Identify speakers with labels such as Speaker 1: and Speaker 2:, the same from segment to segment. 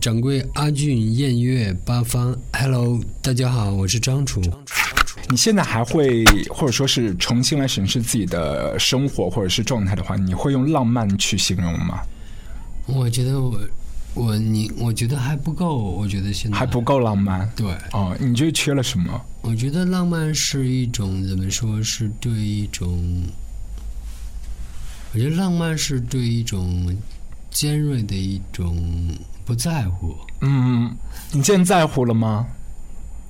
Speaker 1: 掌柜阿俊、宴月、八方，Hello，大家好，我是张楚。
Speaker 2: 你现在还会，或者说是重新来审视自己的生活或者是状态的话，你会用浪漫去形容吗？
Speaker 1: 我觉得我我你我觉得还不够，我觉得现在
Speaker 2: 还不够浪漫
Speaker 1: 对，
Speaker 2: 哦，你觉得缺了什么？
Speaker 1: 我觉得浪漫是一种怎么说是对一种，我觉得浪漫是对一种尖锐的一种不在乎，
Speaker 2: 嗯，你现在在乎了吗？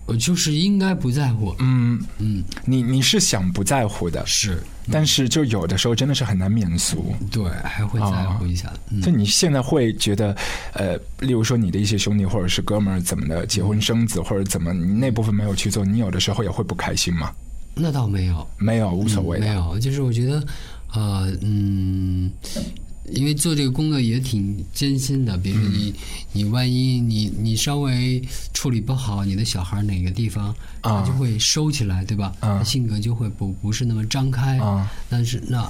Speaker 1: 我就是应该不在乎，
Speaker 2: 嗯，
Speaker 1: 嗯，
Speaker 2: 你你是想不在乎的，
Speaker 1: 是
Speaker 2: 但是就有的时候真的是很难免俗。
Speaker 1: 对，还会在
Speaker 2: 啊
Speaker 1: 乎一下，嗯
Speaker 2: 就你现在会觉得，呃，例如说你的一些兄弟或者是哥们儿怎么的结婚生子或者怎么，你那部分没有去做，你有的时候也会不开心吗？
Speaker 1: 那倒没有，
Speaker 2: 没有，无所谓
Speaker 1: 嗯
Speaker 2: 的。
Speaker 1: 没有，就是我觉得，啊、嗯，因为做这个工作也挺艰辛的。比
Speaker 2: 嗯
Speaker 1: 如说你，你万一你你稍微处理不好你的小孩哪个地方，他就会收起来，对吧？
Speaker 2: 啊
Speaker 1: 他性格就会不不是那么张开。
Speaker 2: 啊
Speaker 1: 但是那，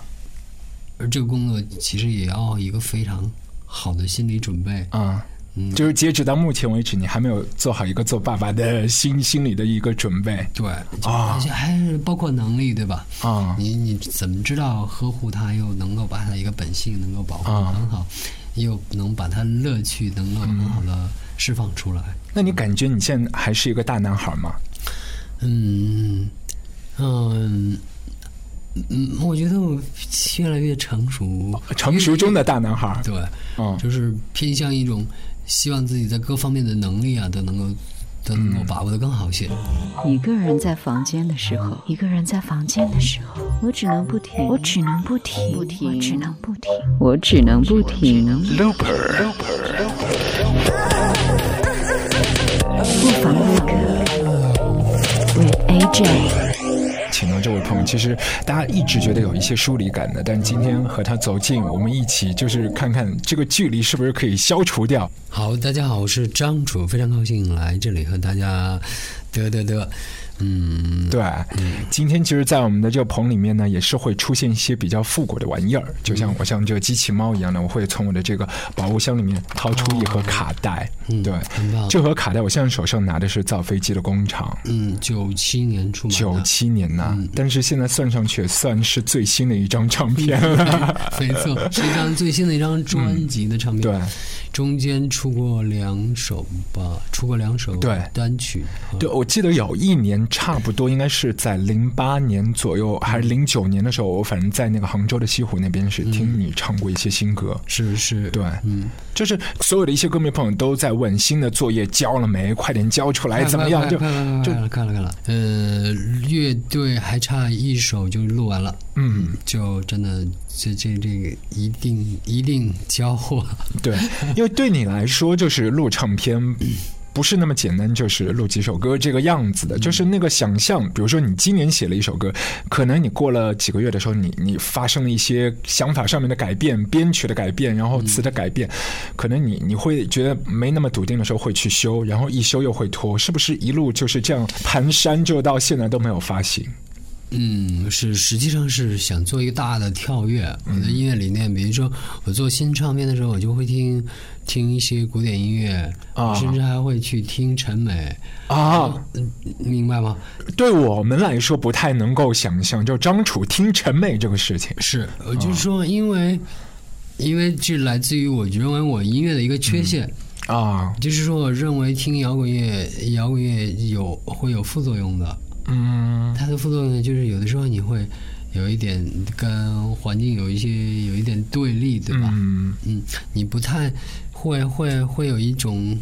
Speaker 1: 而这个工作其实也要一个非常好的心理准备。
Speaker 2: 啊、
Speaker 1: 嗯
Speaker 2: 就是截止到目前为止，你还没有做好一个做爸爸的心心理的一个准备
Speaker 1: 对，就
Speaker 2: 啊
Speaker 1: 而且还是包括能力，对吧？
Speaker 2: 啊
Speaker 1: 你你怎么知道呵护它，又能够把它一个本性能够保护
Speaker 2: 啊
Speaker 1: 得很好，又能把它乐趣能够很好的释放出来？
Speaker 2: 那你感觉你现在还是一个大男孩吗？
Speaker 1: 嗯嗯嗯，我觉得我越来越成熟，
Speaker 2: 啊成熟中的大男孩。
Speaker 1: 对，
Speaker 2: 嗯
Speaker 1: 就是偏向一种希望自己在各方面的能力啊都能够都能够把握的更好些。
Speaker 3: 一个人在房间的时候，一个人在房间的时候，我只能不停，我只能不停，不停，我只能不停，我只能不停。不妨录歌，with AJ。
Speaker 2: 请到这位朋友，其实大家一直觉得有一些疏离感的，但今天和他走近，我们一起就是看看这个距离是不是可以消除掉。
Speaker 1: 好，大家好，我是张楚，非常高兴来这里和大家得得得，嗯，
Speaker 2: 对，今天其实，在我们的这个棚里面呢，也是会出现一些比较复古的玩意儿，就
Speaker 1: 嗯
Speaker 2: 像我像这个机器猫一样的，我会从我的这个宝物箱里面掏出一盒卡带。
Speaker 1: 嗯
Speaker 2: 对，
Speaker 1: 很棒。
Speaker 2: 这盒卡带我现在手上拿的是造飞机的工厂。
Speaker 1: 嗯，九七年出版
Speaker 2: 九
Speaker 1: 的，
Speaker 2: 七年呐、但是现在算上去也算是最新的一张唱片了。
Speaker 1: 没错，是一张最新的一张专辑的唱片。
Speaker 2: 对，
Speaker 1: 中间出过两首吧，出过两首
Speaker 2: 对
Speaker 1: 单曲。啊
Speaker 2: 对，我记得有一年差不多应该是在零八年左右，还是零九年的时候，我反正在那个杭州的西湖那边是听你唱过一些新歌。
Speaker 1: 是是，
Speaker 2: 对，
Speaker 1: 嗯，
Speaker 2: 就是所有的一些歌迷朋友都在问新的作业交了没，快点交出 来，怎么样？就
Speaker 1: 看了看了看了看了，呃，乐队还差一首就录完了，
Speaker 2: 嗯，
Speaker 1: 就真的这这这个一定一定交货。
Speaker 2: 对，因为对你来说，就是录唱片。不是那么简单，就是录几首歌这个样子的，就是那个想象。比如说，你今年写了一首歌，可能你过了几个月的时候，你你发生了一些想法上面的改变、编曲的改变，然后词的改变，可能你你会觉得没那么笃定的时候会去修，然后一修又会拖，是不是一路就是这样蹒跚，就到现在都没有发行？
Speaker 1: 嗯，是，实际上是想做一个大的跳跃。我的音乐理念，比如说我做新唱片的时候，我就会听听一些古典音乐，
Speaker 2: 啊
Speaker 1: 甚至还会去听陈美，
Speaker 2: 啊，
Speaker 1: 嗯，明白吗？
Speaker 2: 对我们来说不太能够想象，就张楚听陈美这个事情。
Speaker 1: 是，我呃就是说，因为、因为这来自于我认为我音乐的一个缺陷，
Speaker 2: 啊，
Speaker 1: 就是说我认为听摇滚乐，摇滚乐有会有副作用的，
Speaker 2: 嗯
Speaker 1: 它的副作用呢，就是有的时候你会有一点跟环境有一些有一点对立，对吧？
Speaker 2: 嗯
Speaker 1: 嗯，你不太会会会有一种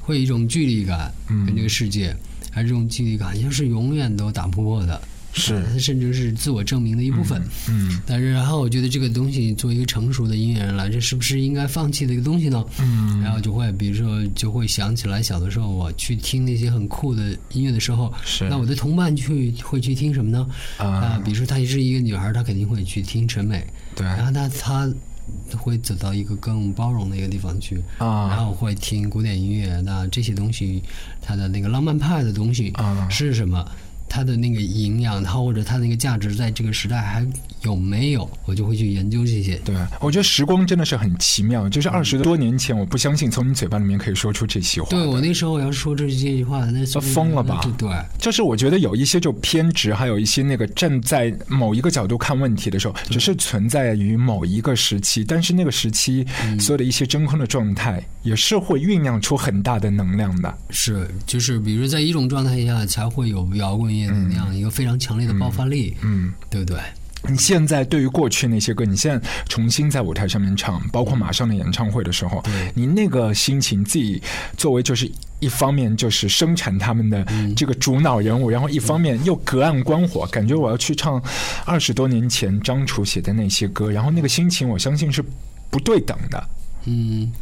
Speaker 1: 会有一种距离感
Speaker 2: 嗯
Speaker 1: 跟这个世界，而这种距离感像是永远都打不破的，
Speaker 2: 是
Speaker 1: 它甚至是自我证明的一部分。
Speaker 2: 嗯
Speaker 1: 但是，然后我觉得这个东西，作为一个成熟的音乐人来，这是不是应该放弃的一个东西呢？
Speaker 2: 嗯
Speaker 1: 然后就会，比如说，就会想起来小的时候，我去听那些很酷的音乐的时候，
Speaker 2: 是
Speaker 1: 那我的同伴去会去听什么呢？
Speaker 2: 啊，
Speaker 1: 比如说她是一个女孩，她肯定会去听陈美，
Speaker 2: 对
Speaker 1: 然后她她会走到一个更包容的一个地方去，然
Speaker 2: 啊
Speaker 1: 后会听古典音乐，那这些东西，它的那个浪漫派的东西
Speaker 2: 啊
Speaker 1: 是什么？它的那个营养，它或者它那个价值，在这个时代还有没有，我就会去研究这些。
Speaker 2: 对，我觉得时光真的是很奇妙。
Speaker 1: 嗯
Speaker 2: 就是二十多年前，我不相信从你嘴巴里面可以说出这席话。
Speaker 1: 对我那时候要说这这句话，那
Speaker 2: 都疯了吧
Speaker 1: 那对，
Speaker 2: 就是我觉得有一些就偏执，还有一些那个站在某一个角度看问题的时候，只是存在于某一个时期，但是那个时期
Speaker 1: 嗯
Speaker 2: 所有的一些真空的状态，也是会酝酿出很大的能量的。
Speaker 1: 是就是，比如在一种状态下才会有摇滚乐的那样一个非常强烈的爆发力，
Speaker 2: 嗯，
Speaker 1: 对不对？
Speaker 2: 你现在对于过去那些歌，你现在重新在舞台上面唱，包括马上的演唱会的时候，你那个心情，自己作为就是一方面就是生产他们的这个主脑人物，然后一方面又隔岸观火，感觉我要去唱二十多年前张楚写的那些歌，然后那个心情，我相信是不对等的。
Speaker 1: 嗯，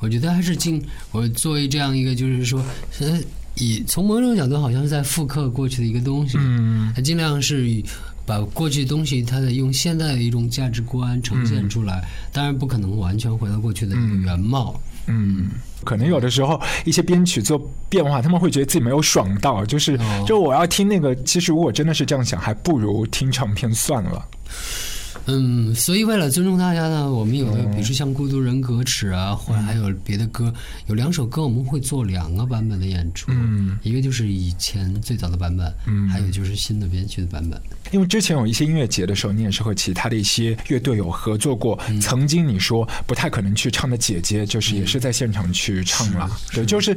Speaker 1: 我觉得还是经我作为这样一个，就是说，呃，以从某种角度好像是在复刻过去的一个东西，
Speaker 2: 嗯，
Speaker 1: 它尽量是以把过去的东西，它的用现在的一种价值观呈现出来，当然不可能完全回到过去的一个原貌，
Speaker 2: 嗯，可能有的时候一些编曲做变化，他们会觉得自己没有爽到，就是
Speaker 1: 哦
Speaker 2: 就我要听那个，其实如果真的是这样想，还不如听唱片算了。
Speaker 1: 嗯，所以为了尊重大家呢，我们有的，比如说像《孤独人格尺》啊，或者还有别的歌，有两首歌我们会做两个版本的演出，
Speaker 2: 嗯，
Speaker 1: 一个就是以前最早的版本，嗯，还有就是新的编曲的版本，
Speaker 2: 因为之前有一些音乐节的时候，你也是和其他的一些乐队有合作过。曾经你说不太可能去唱的姐姐，就是也是在现场去唱了。对，就是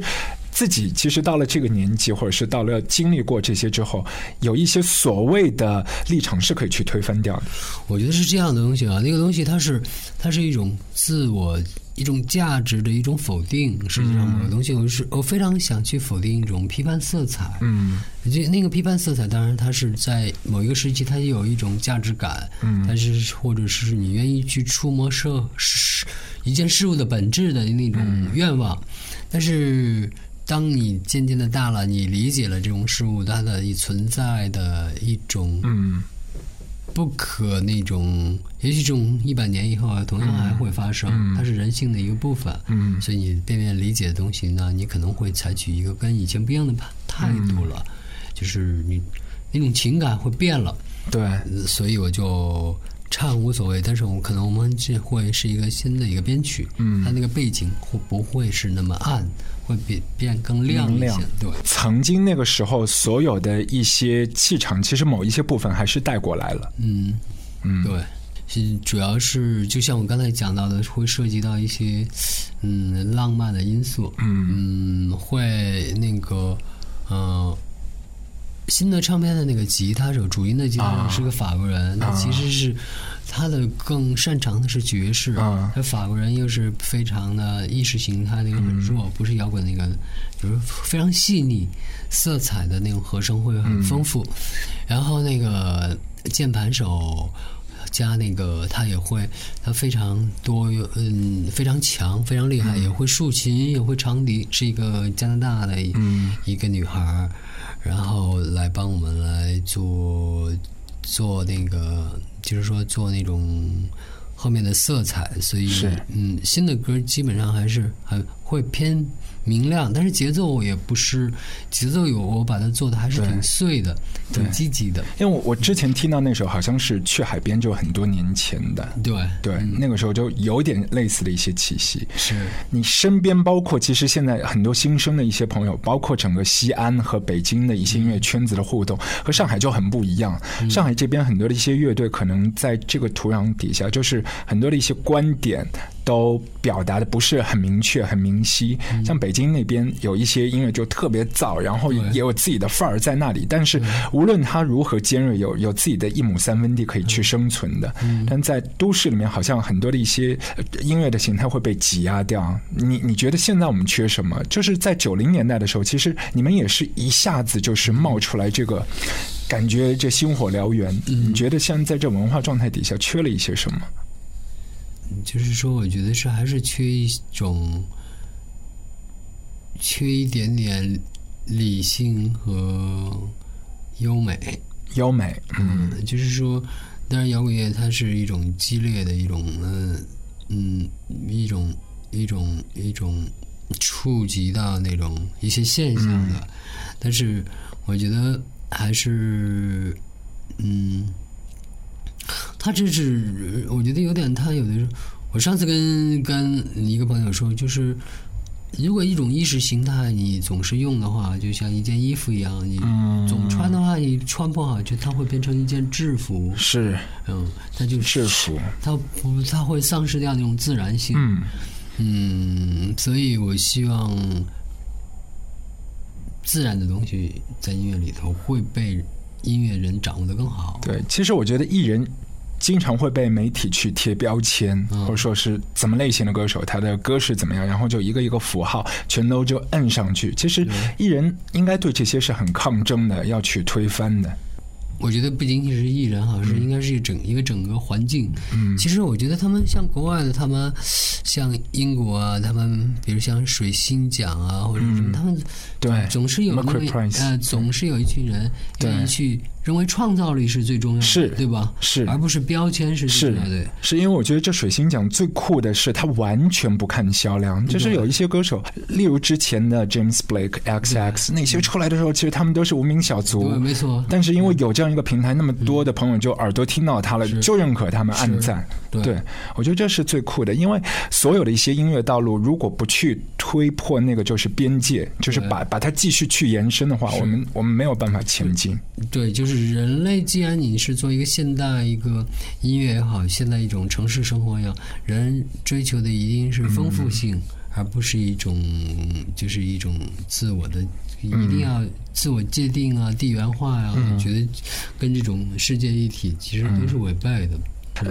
Speaker 2: 自己其实到了这个年纪，或者是到了经历过这些之后，有一些所谓的立场是可以去推翻掉的。
Speaker 1: 我觉得是这样的东西啊，那个东西它是它是一种自我一种价值的一种否定。实际上，某个东西我是我非常想去否定一种批判色彩。
Speaker 2: 嗯
Speaker 1: 就那个批判色彩，当然它是在某一个时期，它有一种价值感，嗯，但是或者是你愿意去触摸社事一件事物的本质的那种愿望，但是当你渐渐的大了，你理解了这种事物它的一存在的一种
Speaker 2: 嗯
Speaker 1: 不可那种，也许这种一百年以后啊，同样还会发生，它是人性的一个部分。
Speaker 2: 嗯
Speaker 1: 所以你变变理解的东西呢，你可能会采取一个跟以前不一样的态态度了，就是你那种情感会变了。
Speaker 2: 对。
Speaker 1: 呃所以我就唱无所谓，但是我可能我们这会是一个新的一个编曲，嗯，它那个背景会不会是那么暗，会变变更亮一
Speaker 2: 明
Speaker 1: 些？
Speaker 2: 亮
Speaker 1: 对，
Speaker 2: 曾经那个时候，所有的一些气场，其实某一些部分还是带过来了。
Speaker 1: 嗯，
Speaker 2: 嗯
Speaker 1: 对，是主要是就像我刚才讲到的，会涉及到一些嗯浪漫的因素，嗯会那个呃。新的唱片的那个吉他手，主音的吉他
Speaker 2: 啊
Speaker 1: 手是个法国人，他其实是他的更擅长的是爵士，
Speaker 2: 啊
Speaker 1: 那法国人又是非常的意识形态那个很弱，
Speaker 2: 嗯
Speaker 1: 不是摇滚那个，就是非常细腻，色彩的那种和声会
Speaker 2: 嗯
Speaker 1: 很丰富。然后那个键盘手加那个他也会，他非常多，嗯，非常强，非常厉害，也会竖琴，也会长笛，是一个加拿大的一,、个女孩儿，然后来帮我们来做做那个，就是说做那种。后面的色彩，所以
Speaker 2: 是
Speaker 1: 嗯，新的歌基本上还是还会偏明亮，但是节奏也不是节奏有我把它做的还是
Speaker 2: 对
Speaker 1: 挺碎的，挺积极的，
Speaker 2: 因为我我之前听到那首好像是去海边，就很多年前的。
Speaker 1: 对，
Speaker 2: 对，那个时候就有点类似的一些气息。
Speaker 1: 是
Speaker 2: 你身边包括其实现在很多新生的一些朋友，包括整个西安和北京的一些音乐圈子的互动，和上海就很不一样。上海这边很多的一些乐队，可能在这个土壤底下，就是很多的一些观点都表达的不是很明确、很明晰。像北京那边有一些音乐就特别燥，然后也有自己的范儿在那里，但是无论它如何尖锐，有有自己的一亩三分地可以去生存的。但在都市里面，好像很多的一些呃音乐的形态会被挤压掉。你你觉得现在我们缺什么？就是在九零年代的时候，其实你们也是一下子就是冒出来这个。感觉这星火燎原，你觉得现在这文化状态底下缺了一些什么？
Speaker 1: 就是说，我觉得是还是缺一种，缺一点点理性和优美，
Speaker 2: 优美，嗯
Speaker 1: 嗯，就是说，当然摇滚乐它是一种激烈的一种，嗯嗯，一种一种一种触及到那种一些现象的，但是我觉得还是嗯，他这是我觉得有点，他有的时候，我上次跟跟一个朋友说，就是如果一种意识形态你总是用的话，就像一件衣服一样，你
Speaker 2: 嗯
Speaker 1: 总穿的话，你穿不好，就它会变成一件制服，
Speaker 2: 是
Speaker 1: 嗯，它就
Speaker 2: 制服，
Speaker 1: 它不，它会丧失掉那种自然性，
Speaker 2: 嗯
Speaker 1: 嗯，所以我希望自然的东西在音乐里头会被音乐人掌握的更好。
Speaker 2: 对，其实我觉得艺人经常会被媒体去贴标签，
Speaker 1: 嗯
Speaker 2: 或者说是怎么类型的歌手，他的歌是怎么样，然后就一个一个符号全都就摁上去。其
Speaker 1: 嗯
Speaker 2: 实艺人应该对这些是很抗争的，要去推翻的。
Speaker 1: 我觉得不仅仅是艺人哈，是应该是一整一个整个环境。
Speaker 2: 嗯
Speaker 1: 其实我觉得他们像国外的，他们像英国啊，他们比如像水星奖啊或者什么，
Speaker 2: 嗯
Speaker 1: 他们
Speaker 2: 对，
Speaker 1: 总是有
Speaker 2: Mercury
Speaker 1: 一位
Speaker 2: Prize
Speaker 1: 呃，总是有一群人
Speaker 2: 对
Speaker 1: 愿意去认为创造力是最重要的，
Speaker 2: 是
Speaker 1: 对吧？
Speaker 2: 是
Speaker 1: 而不是标签是最
Speaker 2: 是
Speaker 1: 重要的。
Speaker 2: 是因为我觉得这水星奖最酷的是，它完全不看销量，就是有一些歌手，例如之前的 James Blake、XX 那些出来的时候，其实他们都是无名小卒
Speaker 1: 嗯对，。嗯没错。
Speaker 2: 但是因为有这样一个平台，那么多的朋友就耳朵听到他了，就认可他们，暗赞。
Speaker 1: 对
Speaker 2: 对，我觉得这是最酷的，因为所有的一些音乐道路，如果不去推破那个就是边界，就是把把它继续去延伸的话，我们我们没有办法前进。
Speaker 1: 对，就是人类，既然你是做一个现代一个音乐也好，现代一种城市生活也好，人追求的一定是丰
Speaker 2: 嗯
Speaker 1: 富性，而不是一种就是一种自我的，一定
Speaker 2: 嗯
Speaker 1: 要自我界定啊、地缘化呀、我觉得跟这种世界一体其实
Speaker 2: 嗯
Speaker 1: 都是违背的。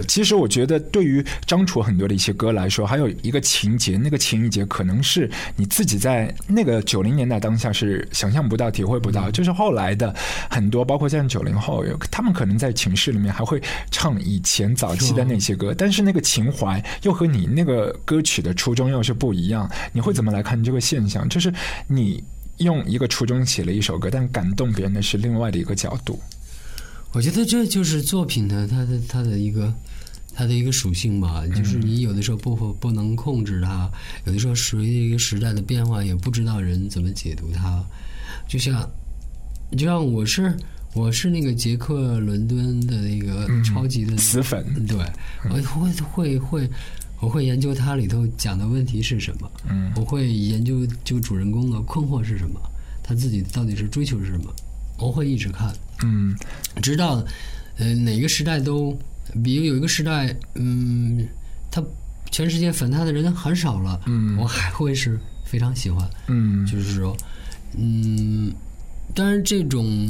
Speaker 2: 其实我觉得，对于张楚很多的一些歌来说，还有一个情节，那个情节可能是你自己在那个九零年代当下是想象不到、体会不到。就是后来的很多，包括像九零后，有他们可能在情室里面还会唱以前早期的那些歌，但是那个情怀又和你那个歌曲的初衷又是不一样。你会怎么来看这个现象？就是你。用一个初衷写了一首歌，但感动别人的是另外的一个角度。
Speaker 1: 我觉得这就是作品的它的它的一个它的一个属性吧，就是你有的时候不不能控制它，有的时候随着一个时代的变化，也不知道人怎么解读它。就像就像我是我是那个捷克伦敦的那个超级的、
Speaker 2: 死粉，
Speaker 1: 对，我会会会，我会研究它里头讲的问题是什么，
Speaker 2: 嗯，
Speaker 1: 我会研究就主人公的困惑是什么，他自己到底是追求是什么，我会一直看，
Speaker 2: 嗯，
Speaker 1: 直到呃哪个时代都，比如有一个时代，嗯，他全世界粉他的人很少了，嗯，我还会是非常喜欢，
Speaker 2: 嗯，
Speaker 1: 就是说，嗯，当然这种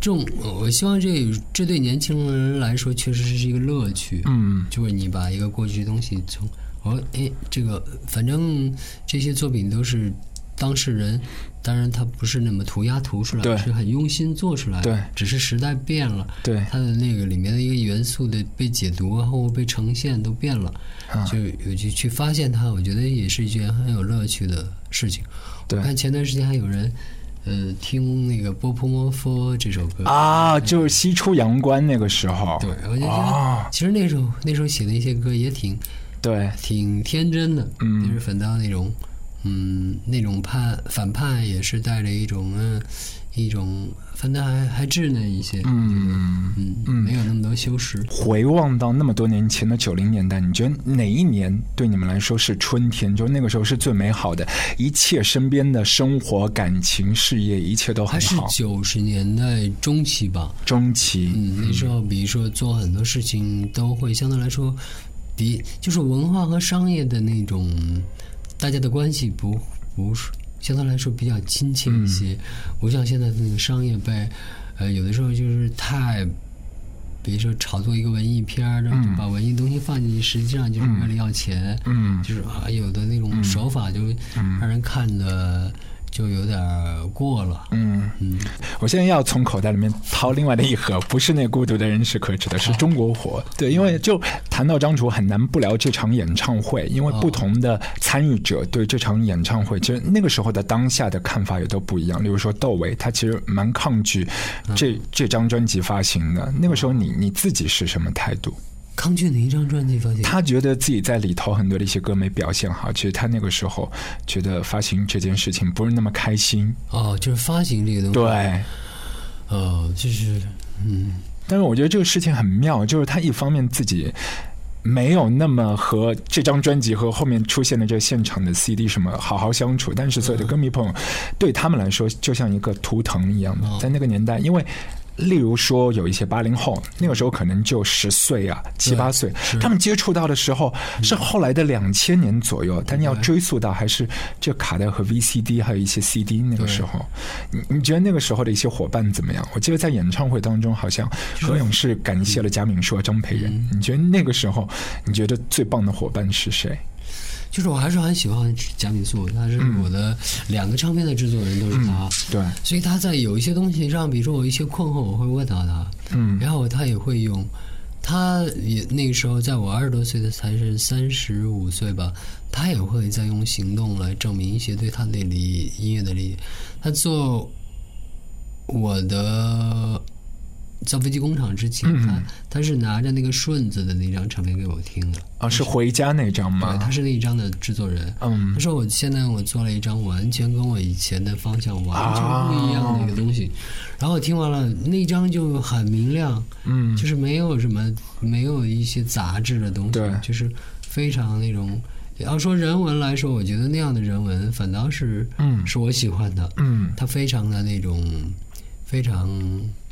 Speaker 1: 这种，我希望这这对年轻人来说确实是一个乐趣，
Speaker 2: 嗯，
Speaker 1: 就是你把一个过去的东西从，哦，哎，这个反正这些作品都是当事人，当然他不是那么涂鸦涂出来，
Speaker 2: 对
Speaker 1: 是很用心做出来，
Speaker 2: 对，
Speaker 1: 只是时代变了，
Speaker 2: 对，
Speaker 1: 它的那个里面的一个元素的被解读啊，或被呈现都变了，
Speaker 2: 啊
Speaker 1: 就有去去发现它，我觉得也是一件很有乐趣的事情。
Speaker 2: 对
Speaker 1: 我看前段时间还有人，呃，听那个《波普摩佛》这首歌，
Speaker 2: 啊，就是西出阳关那个时候。
Speaker 1: 对，我就觉得、
Speaker 2: 啊
Speaker 1: 其实那首那时候写的一些歌也挺
Speaker 2: 对
Speaker 1: 挺天真的，
Speaker 2: 嗯
Speaker 1: 就是反倒那种，嗯，那种叛反叛也是带着一种嗯一种，反倒还还稚嫩一些，
Speaker 2: 嗯，
Speaker 1: 嗯，没有那么多修饰。
Speaker 2: 回望到那么多年前的九零年代，你觉得哪一年对你们来说是春天？就那个时候是最美好的，一切身边的生活、感情、事业，一切都
Speaker 1: 还
Speaker 2: 很
Speaker 1: 是
Speaker 2: 好。
Speaker 1: 九十年代中期吧，
Speaker 2: 中期，
Speaker 1: 嗯，那时候比如说做很多事情都会相对来说比就是文化和商业的那种大家的关系不不是相对来说比较亲切一些，
Speaker 2: 嗯
Speaker 1: 不像现在的那个商业被呃有的时候就是太。比如说炒作一个文艺片儿，然后就把文艺东西放进去，实际上就是为了要钱。
Speaker 2: 嗯
Speaker 1: 就是啊，有的那种手法就让人看的就有点儿过了。
Speaker 2: 嗯
Speaker 1: 嗯，
Speaker 2: 我现在要从口袋里面掏另外的一盒，不是那孤独的人是可耻的，是中国火。对，因为就谈到张楚，很难不聊这场演唱会，因为不同的参与者对这场演唱会，其实那个时候的当下的看法也都不一样。例如说窦唯，他其实蛮抗拒这、这张专辑发行的。那个时候你你自己是什么态度？
Speaker 1: 康俊的一张专辑发行，
Speaker 2: 他觉得自己在里头很多的一些歌没表现好，其实他那个时候觉得发行这件事情不是那么开心。
Speaker 1: 哦，就是发行这个东西。
Speaker 2: 对，
Speaker 1: 呃，就是嗯，
Speaker 2: 但是我觉得这个事情很妙，就是他一方面自己没有那么和这张专辑和后面出现的这个现场的 CD 什么好好相处，但是所有的歌迷朋友对他们来说就像一个图腾一样的，在那个年代，因为。例如说，有一些八零后，那个时候可能就十岁啊，七八岁，他们接触到的时候是后来的两千年左右，但你要追溯到还是这卡带和 VCD，还有一些 CD 那个时候。你你觉得那个时候的一些伙伴怎么样？我记得在演唱会当中，好像何勇是感谢了贾敏硕、张培仁。
Speaker 1: 嗯
Speaker 2: 你觉得那个时候，你觉得最棒的伙伴是谁？
Speaker 1: 就是我还是很喜欢贾敏素，他是我的两个唱片的制作人都是他，
Speaker 2: 嗯对，
Speaker 1: 所以他在有一些东西上，比如说我一些困惑，我会问到他，
Speaker 2: 嗯
Speaker 1: 然后他也会用。他也那个时候在我二十多岁的，才是三十五岁吧，他也会在用行动来证明一些对他的理音乐的理解。呃他做我的造飞机工厂之前，
Speaker 2: 嗯
Speaker 1: 他他是拿着那个顺子的那张唱片给我听的，
Speaker 2: 啊，是回家那张
Speaker 1: 对，
Speaker 2: 吗
Speaker 1: 他？是那一张的制作人。
Speaker 2: 啊嗯
Speaker 1: 他说我现在我做了一张完全跟我以前的方向完全不一样的一个东西，
Speaker 2: 啊
Speaker 1: 然后我听完了那一张就很明亮，
Speaker 2: 嗯，
Speaker 1: 就是没有什么没有一些杂质的东西，
Speaker 2: 对
Speaker 1: 就是非常那种。要说人文来说，我觉得那样的人文反倒是，
Speaker 2: 嗯
Speaker 1: 是我喜欢的。
Speaker 2: 嗯
Speaker 1: 它非常的那种，非常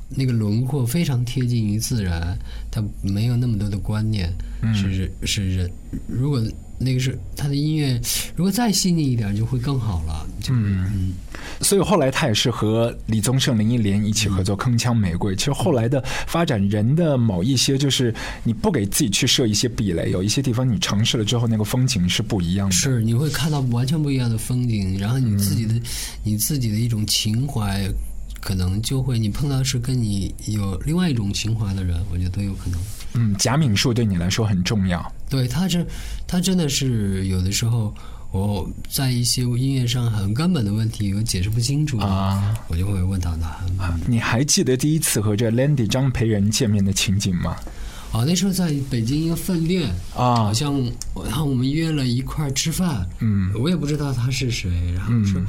Speaker 1: 那个轮廓非常贴近于自然，它没有那么多的观念，
Speaker 2: 嗯
Speaker 1: 是人是人。如果那个是他的音乐，如果再细腻一点，就会更好了。嗯，
Speaker 2: 所以后来他也是和李宗盛、林忆莲一起合
Speaker 1: 嗯
Speaker 2: 作《铿锵玫瑰》。其实后来的发展，人的某一些就是你不给自己去设一些壁垒，有一些地方你尝试了之后，那个风景是不一样的。
Speaker 1: 是你会看到完全不一样的风景，然后你自己的、你自己的一种情怀，可能就会你碰到是跟你有另外一种情怀的人，我觉得都有可能。
Speaker 2: 嗯，贾敏树对你来说很重要。
Speaker 1: 对他这，他真的是有的时候，我在一些音乐上很根本的问题，我解释不清楚
Speaker 2: 啊，
Speaker 1: 我就会问到他。啊，
Speaker 2: 你还记得第一次和这 Landy 张培仁见面的情景吗？
Speaker 1: 哦，那时候在北京一个饭店，
Speaker 2: 啊
Speaker 1: 好，像我然后我们约了一块儿吃饭，
Speaker 2: 嗯，
Speaker 1: 我也不知道他是谁，然后说，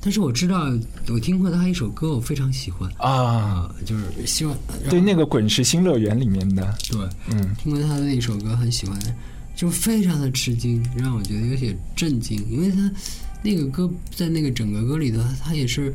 Speaker 1: 但是我知道我听过他一首歌，我非常喜欢
Speaker 2: 啊，
Speaker 1: 啊，就是希望然
Speaker 2: 对，
Speaker 1: 后
Speaker 2: 那个《滚石新乐园》里面的，
Speaker 1: 对，
Speaker 2: 嗯
Speaker 1: 听过他的那首歌很喜欢，就非常的吃惊，让我觉得有些震惊，因为他那个歌在那个整个歌里头，他也是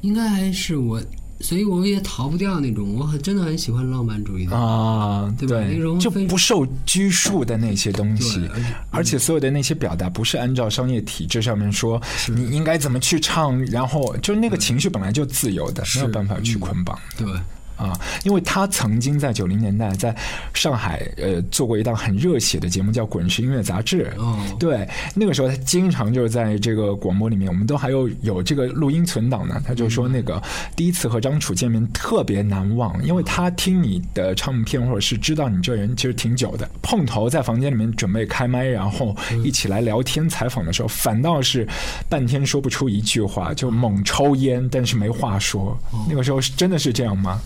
Speaker 1: 应该还是我，所以我也逃不掉那种，我很真的很喜欢浪漫主义的。
Speaker 2: 啊，
Speaker 1: 对吧那种
Speaker 2: 就
Speaker 1: 非
Speaker 2: 不受拘束的那些东西
Speaker 1: 对而且，
Speaker 2: 而且所有的那些表达不是按照商业体制上面说你应该怎么去唱，然后就是那个情绪本来就自由的，没有办法去捆绑。
Speaker 1: 对，嗯
Speaker 2: 啊，因为他曾经在九零年代在上海呃做过一档很热血的节目，叫《滚石音乐杂志》。
Speaker 1: 哦
Speaker 2: 对，那个时候他经常就是在这个广播里面，我们都还有有这个录音存档呢。他就说那个第一次和张楚见面特别难忘，因为他听你的唱片或者是知道你这人其实挺久的，碰头在房间里面准备开麦，然后一起来聊天采访的时候，反倒是半天说不出一句话，就猛抽烟，但是没话说。那个时候是真的是这样吗？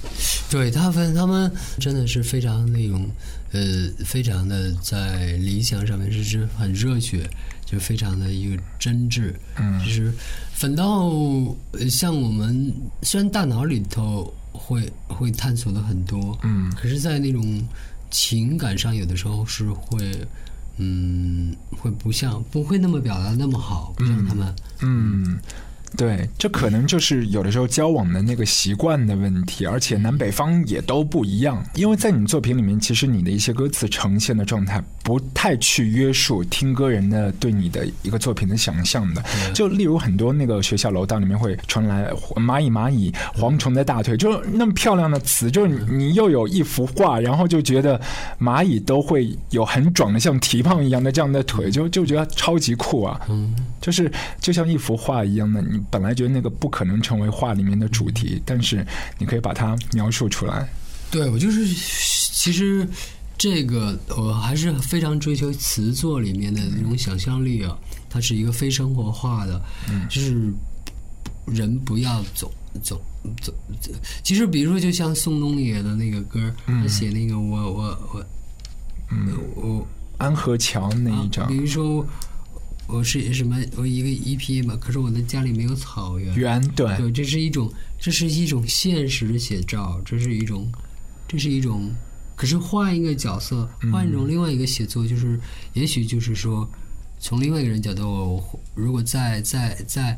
Speaker 1: 对他们，他们真的是非常那种，呃，非常的在理想上面是是很热血，就非常的一个真挚。嗯，就是反倒呃像我们虽然大脑里头会会探索的很多，
Speaker 2: 嗯，
Speaker 1: 可是，在那种情感上，有的时候是会，嗯，会不像不会那么表达得那么好，不像他们。
Speaker 2: 嗯，对，这可能就是有的时候交往的那个习惯的问题，而且南北方也都不一样。因为在你作品里面，其实你的一些歌词呈现的状态不太去约束听歌人的对你的一个作品的想象的。就例如很多那个学校楼道里面会传来蚂蚁蚂蚁蝗虫的大腿，就是那么漂亮的词，就是你你又有一幅画，然后就觉得蚂蚁都会有很壮的像蹄膀一样的这样的腿，就就觉得超级酷啊。
Speaker 1: 嗯，
Speaker 2: 就是就像一幅画一样的，你本来觉得那个不可能成为画里面的主
Speaker 1: 嗯
Speaker 2: 题，但是你可以把它描述出来。
Speaker 1: 对我就是，其实这个我还是非常追求词作里面的那种想象力啊，它是一个非生活化的，
Speaker 2: 嗯
Speaker 1: 就是人不要总总总。其实，比如说，就像宋冬野的那个歌儿，他写那个我我我，嗯我。
Speaker 2: 安河桥那一
Speaker 1: 啊
Speaker 2: 张
Speaker 1: 比，如说，我是什么？我一个 EP 嘛，可是我的家里没有草原。
Speaker 2: 圆对，
Speaker 1: 对，这是一种，这是一种现实的写照，这是一种，这是一种。可是换一个角色，换
Speaker 2: 嗯
Speaker 1: 一种另外一个写作，就是、也许就是说，从另外一个人角度，我如果再再再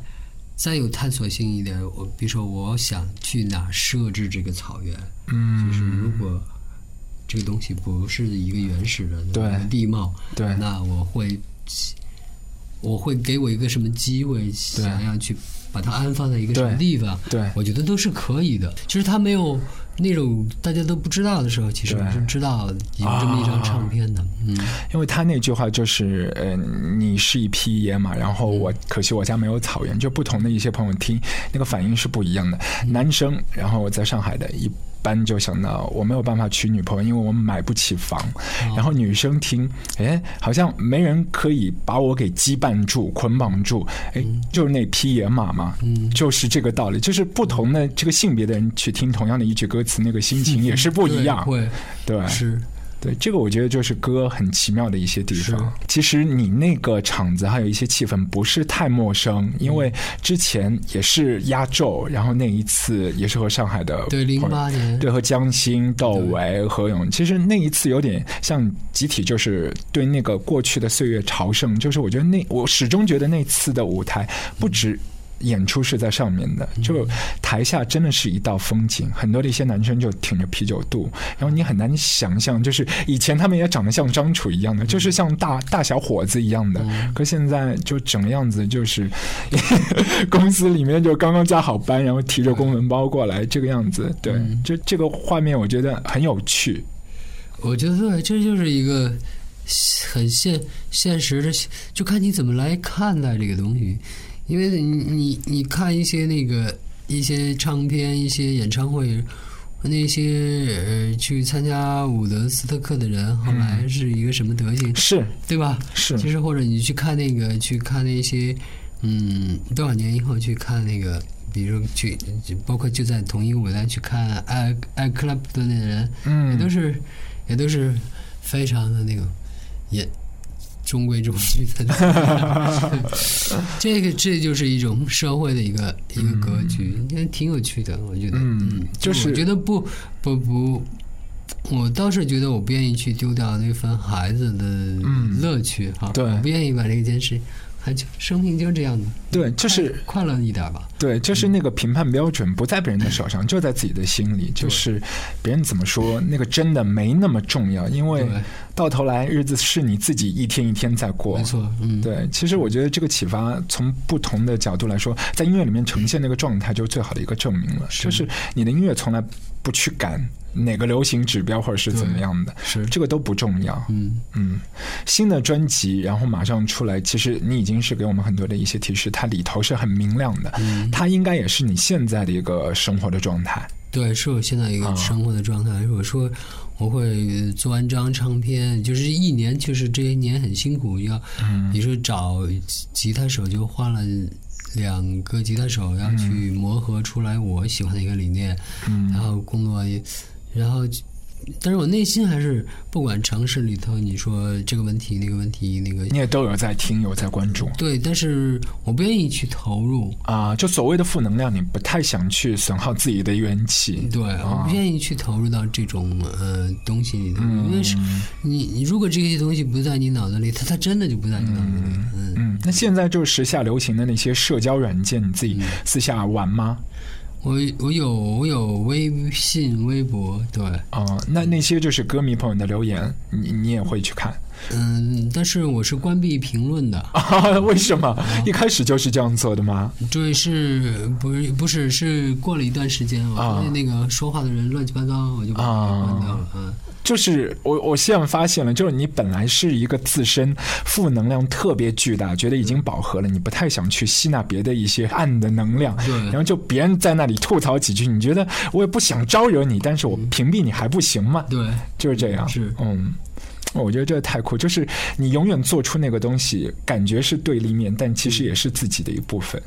Speaker 1: 再有探索性一点，我比如说我想去哪设置这个草原，
Speaker 2: 嗯，
Speaker 1: 就是如果这个东西不是一个原始的
Speaker 2: 对
Speaker 1: 那个地貌，
Speaker 2: 对
Speaker 1: 那我会我会给我一个什么机会，想要去把它安放在一个什么
Speaker 2: 对
Speaker 1: 地方，
Speaker 2: 对
Speaker 1: 我觉得都是可以的。就是它没有那种大家都不知道的时候，其实
Speaker 2: 对啊
Speaker 1: 我是知道有这么一张唱片的，嗯，
Speaker 2: 因为他那句话就是，呃，你是一匹野马，然后我可惜我家没有草原，就不同的一些朋友听那个反应是不一样的。男生，然后我在上海的一。般就想到我没有办法娶女朋友，因为我买不起房。然后女生听，哎，好像没人可以把我给羁绊住、捆绑住，哎，就是那匹野马嘛，
Speaker 1: 嗯
Speaker 2: 就是这个道理。就是不同的这个性别的人去听同样的一句歌词，那个心情也是不一样。哎
Speaker 1: 对
Speaker 2: 对，
Speaker 1: 会是
Speaker 2: 对，这个我觉得就是歌很奇妙的一些地方。其实你那个场子还有一些气氛不是太陌生，因为之前也是压轴，然后那一次也是和上海的
Speaker 1: 对零
Speaker 2: 朋友
Speaker 1: 八年，
Speaker 2: 对和江欣、窦唯、何勇，其实那一次有点像集体，就是对那个过去的岁月朝圣。就是我觉得那我始终觉得那次的舞台不止。演出是在上面的，就台下真的是一道风景。很多的一些男生就挺着啤酒肚，然后你很难想象，就是以前他们也长得像张楚一样的，就是像大大小伙子一样的，
Speaker 1: 嗯
Speaker 2: 可现在就整个样子就是 公司里面就刚刚加好班，然后提着公文包过来这个样子。对，
Speaker 1: 嗯
Speaker 2: 这这个画面我觉得很有趣。
Speaker 1: 我觉得这就是一个很现现实的，就看你怎么来看待这个东西。因为你你你看一些那个一些唱片、一些演唱会，那些呃去参加伍德斯特克的人，
Speaker 2: 嗯
Speaker 1: 后来是一个什么德行，
Speaker 2: 是
Speaker 1: 对吧？
Speaker 2: 是，
Speaker 1: 其实或者你去看那个，去看那些，嗯，多少年以后去看那个，比如去，就包括就在同一个舞台去看艾艾克拉普顿的人，也都
Speaker 2: 嗯，
Speaker 1: 是也都是非常的那个，也中规中矩的。 这个这就是一种社会的一个一个格局，应该挺有趣的，我觉得。
Speaker 2: 嗯就是
Speaker 1: 我觉得不不不。我倒是觉得我不愿意去丢掉那份孩子的乐趣哈，
Speaker 2: 嗯对
Speaker 1: 我不愿意把这件事，还就生命就是这样的，
Speaker 2: 对，就是
Speaker 1: 快乐一点吧。
Speaker 2: 对，就是那个评判标准不在别人的手上，就在自己的心里。就是别人怎么说，那个真的没那么重要，因为
Speaker 1: 对
Speaker 2: 到头来日子是你自己一天一天在过
Speaker 1: 没。错，嗯，
Speaker 2: 对，其实我觉得这个启发从不同的角度来说，在音乐里面呈现那个状态，就是最好的一个证明了。就是你的音乐从来不去赶哪个流行指标或者是怎么样的，
Speaker 1: 是，
Speaker 2: 这个都不重要。
Speaker 1: 嗯，
Speaker 2: 嗯，新的专辑，然后马上出来，其实你已经是给我们很多的一些提示，它里头是很明亮的，它应该也是你现在的一个生活的状态。
Speaker 1: 对，是我现在一个生活的状态。我说我会做完张唱片，就是一年，就是这一年很辛苦，要、你说找吉吉他手就换了。两个吉他手要去磨合出来我喜欢的一个理念，
Speaker 2: 嗯
Speaker 1: 然后工作也，然后，但是我内心还是不管城市里头你说这个问题那个问题那个，
Speaker 2: 你也都有在听，有在关注
Speaker 1: 对，但是我不愿意去投入，
Speaker 2: 啊、就所谓的负能量，你不太想去损耗自己的元气。
Speaker 1: 对，我不愿意去投入到这种呃东西里头，
Speaker 2: 嗯
Speaker 1: 因为是你你如果这些东西不在你脑子里，它它真的就不在你脑子里。嗯，
Speaker 2: 嗯，那现在就是时下流行的那些社交软件，你自己私下玩吗？
Speaker 1: 我我有我有微信、微博，对，
Speaker 2: 啊、那那些就是歌迷朋友的留言，你你也会去看
Speaker 1: 嗯，但是我是关闭评论的，
Speaker 2: 啊？为什么一开始就是这样做的吗？
Speaker 1: 对，是不是不是是过了一段时间，我
Speaker 2: 啊
Speaker 1: 发现那个说话的人乱七八糟，我就把它关掉了。嗯，
Speaker 2: 就是我，我现在发现了，就是你本来是一个自身负能量特别巨大，觉得已经饱和了，你不太想去吸纳别的一些暗的能量，
Speaker 1: 对
Speaker 2: 然后就别人在那里吐槽几句，你觉得我也不想招惹你，但是我屏蔽你还不行吗？
Speaker 1: 对，
Speaker 2: 就是这样，
Speaker 1: 是
Speaker 2: 嗯。我觉得这太酷，就是
Speaker 1: 嗯
Speaker 2: 你永远做出那个东西，感觉是对立面，但其实也是自己的一部分。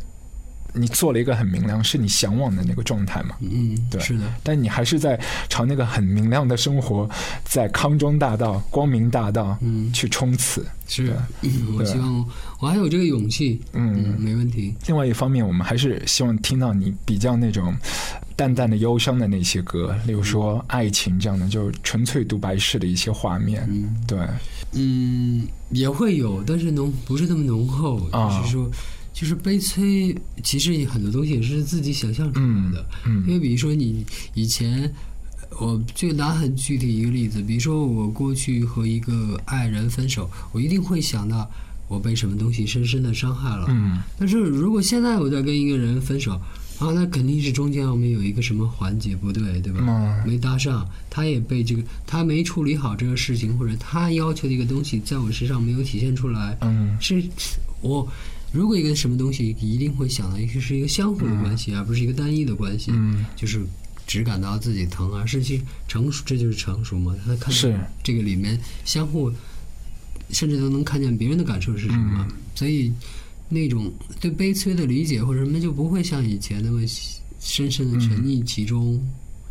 Speaker 2: 你做了一个很明亮，是你向往的那个状态嘛？
Speaker 1: 嗯，
Speaker 2: 对
Speaker 1: 是的，
Speaker 2: 但你还是在朝那个很明亮的生活，在康庄大道、光明大道
Speaker 1: 嗯，
Speaker 2: 去冲刺。
Speaker 1: 是
Speaker 2: 对，
Speaker 1: 嗯我
Speaker 2: 对
Speaker 1: 希望我我还有这个勇气，
Speaker 2: 嗯
Speaker 1: 嗯，没问题，
Speaker 2: 另外一方面，我们还是希望听到你比较那种淡淡的忧伤的那些歌，例如
Speaker 1: 嗯
Speaker 2: 说爱情这样的，就纯粹独白式的一些画面。
Speaker 1: 嗯
Speaker 2: 对，
Speaker 1: 嗯，也会有，但是浓不是那么浓厚，
Speaker 2: 啊
Speaker 1: 就是说，就是悲催，其实很多东西也是自己想象出来的，因
Speaker 2: 嗯
Speaker 1: 为比如说你以前，我就拿很具体一个例子，比如说我过去和一个爱人分手，我一定会想到我被什么东西深深的伤害了。
Speaker 2: 嗯
Speaker 1: 但是如果现在我在跟一个人分手，啊，那肯定是中间我们有一个什么环节不对，对吧？
Speaker 2: 嗯
Speaker 1: 没搭上，他也被这个他没处理好这个事情，或者他要求的一个东西在我身上没有体现出来，
Speaker 2: 嗯
Speaker 1: 是我如果一个什么东西一定会想到，一个是一个相互的关系，而不是一个单一的关系，
Speaker 2: 嗯
Speaker 1: 就是只感到自己疼，而是去成熟，这就是成熟嘛。他看
Speaker 2: 是
Speaker 1: 到这个里面相互，甚至都能看见别人的感受是什么，
Speaker 2: 嗯
Speaker 1: 所以那种对悲催的理解或者什么就不会像以前那么深深的沉
Speaker 2: 嗯
Speaker 1: 溺其中。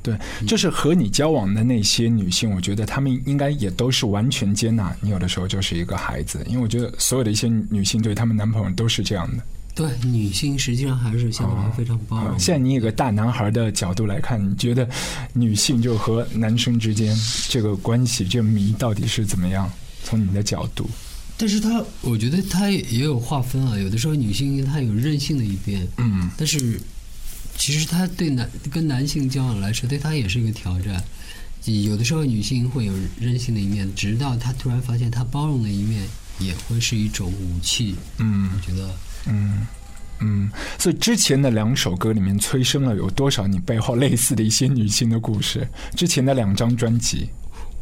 Speaker 2: 对，就是和你交往的那些女性，我觉得她们应该也都是完全接纳你，有的时候就是一个孩子，因为我觉得所有的一些女性对她们男朋友都是这样的。
Speaker 1: 对，女性实际上还是相对来说非常包容
Speaker 2: 啊
Speaker 1: 的。
Speaker 2: 现在你以一个大男孩的角度来看，你觉得女性就和男生之间这个关系，这谜到底是怎么样？从你的角度，
Speaker 1: 但是她，我觉得她也有划分啊。有的时候女性她有任性的一边，
Speaker 2: 嗯
Speaker 1: 但是其实她对男跟男性交往来说，对她也是一个挑战。有的时候女性会有任性的一面，直到她突然发现她包容的一面也会是一种武器。
Speaker 2: 嗯
Speaker 1: 我觉得，
Speaker 2: 嗯嗯。所以之前的两首歌里面催生了有多少你背后类似的一些女性的故事？之前的两张专辑，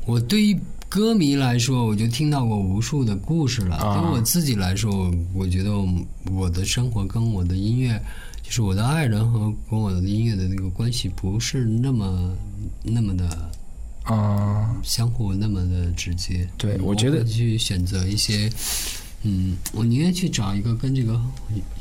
Speaker 1: 我对于歌迷来说，我就听到过无数的故事了。
Speaker 2: 啊
Speaker 1: 对我自己来说，我我觉得我的生活跟我的音乐，就是我的爱人和跟我的音乐的那个关系，不是那么那么的
Speaker 2: 啊、
Speaker 1: 相互那么的直接。
Speaker 2: 对
Speaker 1: 嗯
Speaker 2: 我觉得
Speaker 1: 会去选择一些，嗯，我宁愿去找一个跟这个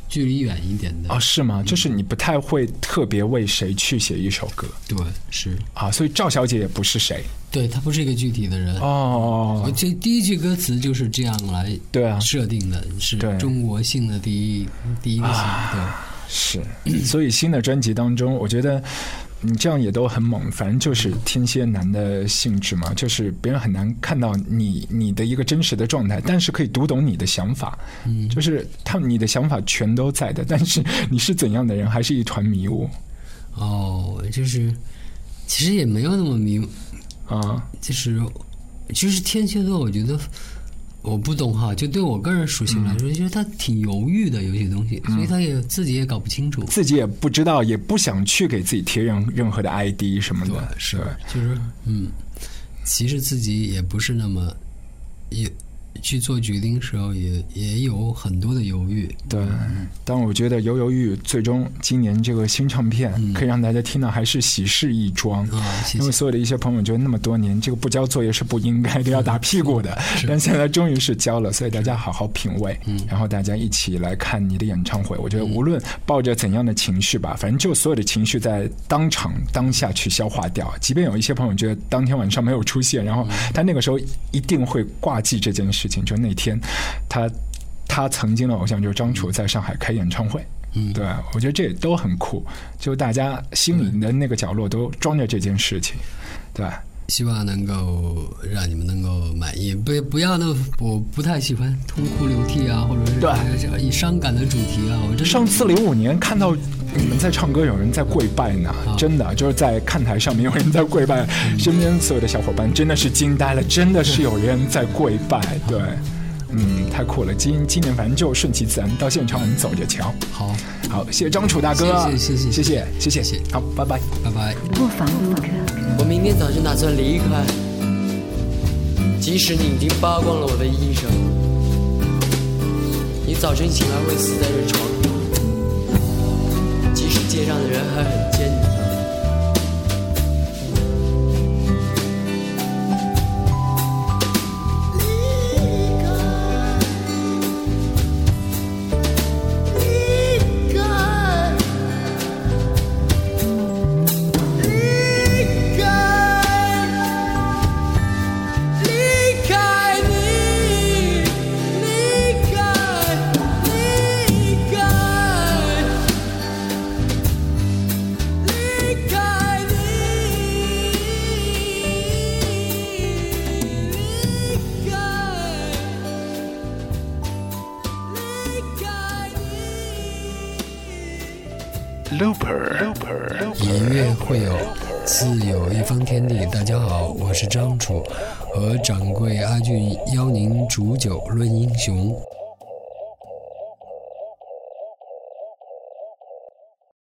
Speaker 1: 距离远一点的。
Speaker 2: 啊，是吗？就是你不太会特别为谁去写一首歌
Speaker 1: 对，是
Speaker 2: 啊，所以赵小姐也不是谁
Speaker 1: 对他不是一个具体的人。我
Speaker 2: 哦，
Speaker 1: 这第一句歌词就是这样来
Speaker 2: 对啊，
Speaker 1: 设定的是
Speaker 2: 对
Speaker 1: 中国性的第一第一个型，
Speaker 2: 是， 所以新的专辑当中，我觉得你这样也都很猛，反正就是天蝎男的性质嘛，就是别人很难看到你你的一个真实的状态，但是可以读懂你的想法，
Speaker 1: 嗯
Speaker 2: 就是他你的想法全都在的，但是你是怎样的人，还是一团迷雾
Speaker 1: 对，哦，就是其实也没有那么迷，
Speaker 2: 啊，
Speaker 1: 就是其实天蝎座，我觉得我不懂哈，就对我个人属性来说，就是他挺犹豫的，有些东西，所以他也自己也搞不清楚，
Speaker 2: 自己也不知道，也不想去给自己贴任任何的 ID 什么
Speaker 1: 对
Speaker 2: 的，，
Speaker 1: 是
Speaker 2: 对，
Speaker 1: 就是嗯，其实自己也不是那么也去做决定时候也也有很多的犹豫，
Speaker 2: 对，但我觉得犹犹豫豫，最终今年这个新唱片可以让大家听到还是喜事一桩。
Speaker 1: 啊，谢
Speaker 2: 因为
Speaker 1: 谢，
Speaker 2: 所有的一些朋友觉得那么多年这个不交作业是不应该的，要打屁股的，但现在终于是交了，所以大家好好品味，
Speaker 1: 嗯
Speaker 2: 然后大家一起来看你的演唱会。我觉得无论抱着怎样的情绪吧，反正就所有的情绪在当场当下去消化掉。即便有一些朋友觉得当天晚上没有出现，然后他那个时候一定会挂记这件事情，就那天他。他曾经的偶像就是张楚，在上海开演唱会，
Speaker 1: 嗯，
Speaker 2: 对我觉得这也都很酷，就大家心里的那个角落都装着这件事情，对吧
Speaker 1: 希望能够让你们能够满意，不不要那么我不太喜欢痛哭流涕啊，或者是
Speaker 2: 对
Speaker 1: 以伤感的主题啊，我真的
Speaker 2: 上次零五年看到你们在唱歌，有人在跪拜呢，
Speaker 1: 啊
Speaker 2: 真的就是在看台上面有人在跪拜，身边所有的小伙伴真的是惊呆了，真的是有人在跪拜，
Speaker 1: 啊
Speaker 2: 对，嗯，太酷了，今今年反正就顺其自然，到现场我们走着瞧。
Speaker 1: 好，
Speaker 2: 好，谢谢张楚大哥，
Speaker 1: 谢谢谢
Speaker 2: 谢
Speaker 1: 谢
Speaker 2: 谢谢谢
Speaker 1: 谢谢
Speaker 2: 好，拜拜。
Speaker 1: 拜拜。
Speaker 3: 不妨录歌。
Speaker 4: 我明天早晨打算离开，即使你已经扒光了我的衣裳。你早晨醒来会死在这床上，即使街上的人还很坚强。
Speaker 5: 离开，离开，
Speaker 1: 隐约会有自有一方天地。大家好，我是张楚，和掌柜阿俊邀您煮酒论英雄。